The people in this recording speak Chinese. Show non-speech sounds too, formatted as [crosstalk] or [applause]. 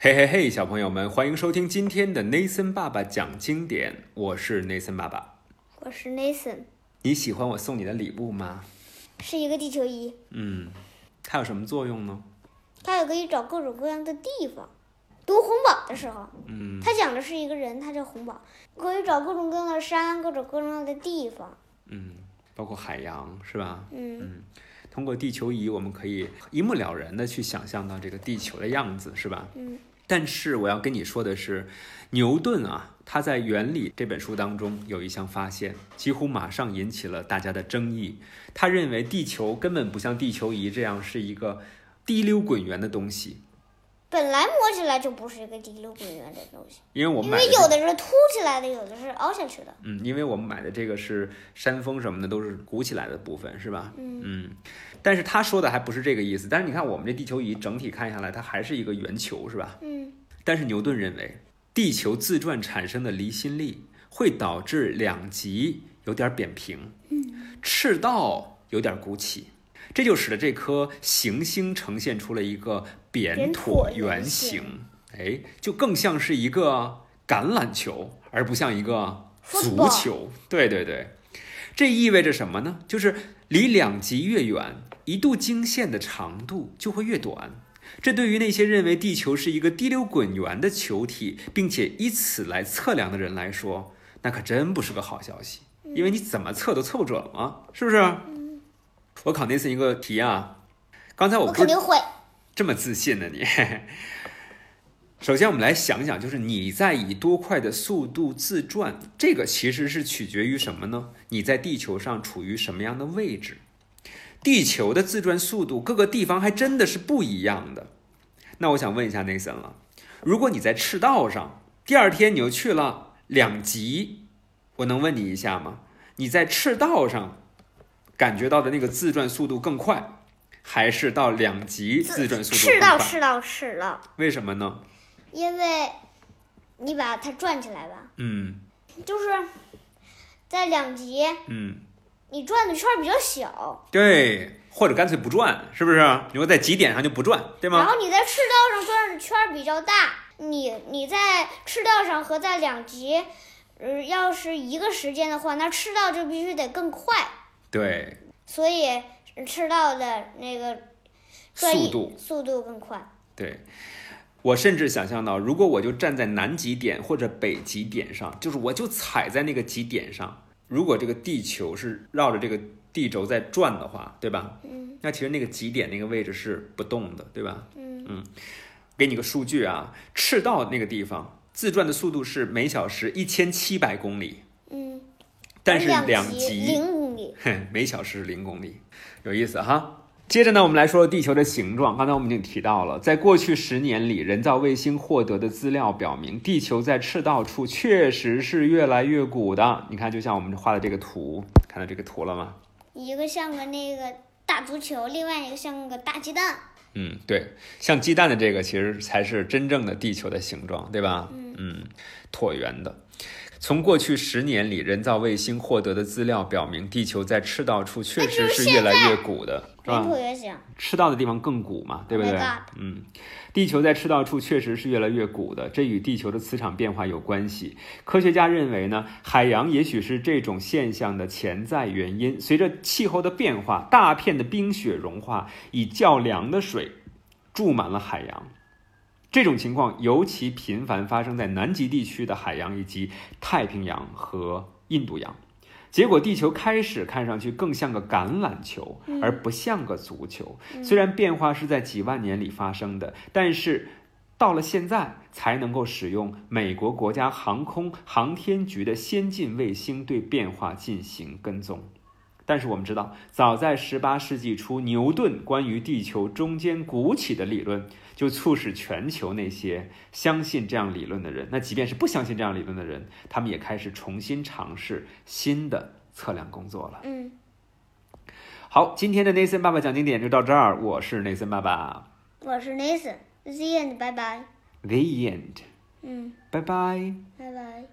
嘿嘿嘿，小朋友们，欢迎收听今天的 Nathan 爸爸讲经典，我是 Nathan 爸爸。我是 Nathan，你喜欢我送你的礼物吗？是一个地球仪，嗯，它有什么作用呢？它也可以找各种各样的地方。读红宝的时候，嗯，他讲的是一个人，他叫红宝，可以找各种各样的山，各种各样的地方。嗯，包括海洋是吧？嗯，通过地球仪，我们可以一目了然的去想象到这个地球的样子，是吧？嗯。但是我要跟你说的是，牛顿啊，他在《原理》这本书当中有一项发现，几乎马上引起了大家的争议。他认为地球根本不像地球仪这样是一个滴溜滚圆的东西，本来摸起来就不是一个滴溜滚圆的东西，因为我们因买为的这有的是凸起来的，有的是凹下去的。嗯，因为我们买的这个是山峰什么的，都是鼓起来的部分，是吧？嗯但是他说的还不是这个意思。但是你看我们这地球仪整体看下来，它还是一个圆球，是吧？嗯，但是牛顿认为，地球自转产生的离心力会导致两极有点扁平，赤道有点鼓起，这就使得这颗行星呈现出了一个扁扁椭椭圆圆形，哎，就更像是一个橄榄球，而不像一个足 Football 球。对对对，这意味着什么呢？就是离两极越远，一度经线的长度就会越短。这对于那些认为地球是一个滴溜滚圆的球体，并且以此来测量的人来说，那可真不是个好消息，因为你怎么测都测不准嘛，是不是？我考那次一个题啊，刚才我我不是肯定会。这么自信呢你？ [laughs] 首先，我们来想想，就是你在以多快的速度自转，这个其实是取决于什么呢？你在地球上处于什么样的位置？地球的自转速度各个地方还真的是不一样的。那我想问一下 Nathan 了，如果你在赤道上，第二天你又去了两极，我能问你一下吗？你在赤道上感觉到的那个自转速度更快，还是到两极自转速度赤更道，快？赤道，赤道，为什么呢？因为你把它转起来吧，嗯就是在两极，嗯。你转的圈儿比较小，对，或者干脆不转，是不是？你说在极点上就不转，对然吗？后你在赤道上转的圈儿比较大，你你在赤道上和在两极，呃，要是一个时间的话，那赤道就必须得更快，对，所以呃赤道的那个转速一度速度更快。对。我甚至想象到，如果我就站在南极点或者北极点上，就是我就踩在那个极点上，如果这个地球是绕着这个地轴在转的话，对吧？嗯那其实那个极点那个位置是不动的，对吧？嗯给你个数据啊，赤道那个地方自转的速度是每小时一千七百公里，嗯，但是两两极极零公里。哼， [laughs] 每小时零公里，有意思哈。接着呢，我们来说地球的形状。刚才我们已经提到了，在过去十年里，人造卫星获得的资料表明，地球在赤道处确实是越来越鼓的。你看，就像我们画的这个图，看到这个图了吗？一个像个那个大足球，另外一个像个大鸡蛋。嗯，对，像鸡蛋的这个其实才是真正的地球的形状，对吧？嗯椭圆的。从过去十年里，人造卫星获得的资料表明，地球在赤道处确实是越来越鼓的，是圆吧？椭圆形，赤道的地方更鼓嘛，对不 Oh 对 my god 嗯，地球在赤道处确实是越来越鼓的，这与地球的磁场变化有关系。科学家认为呢，海洋也许是这种现象的潜在原因。随着气候的变化，大片的冰雪融化，以较凉的水注满了海洋。这种情况尤其频繁发生在南极地区的海洋以及太平洋和印度洋。结果，地球开始看上去更像个橄榄球，而不像个足球。虽然变化是在几万年里发生的，但是到了现在才能够使用美国国家航空航天局的先进卫星对变化进行跟踪。但是我们知道，早在18世纪初，牛顿关于地球中间鼓起的理论，就促使全球那些相信这样理论的人，那即便是不相信这样理论的人，他们也开始重新尝试新的测量工作了。嗯，好，今天的 Nathan 爸爸讲经典就到这儿，我是 Nathan 爸爸我是 Nathan，Z and 拜拜。 ，The End，嗯，拜拜。拜拜。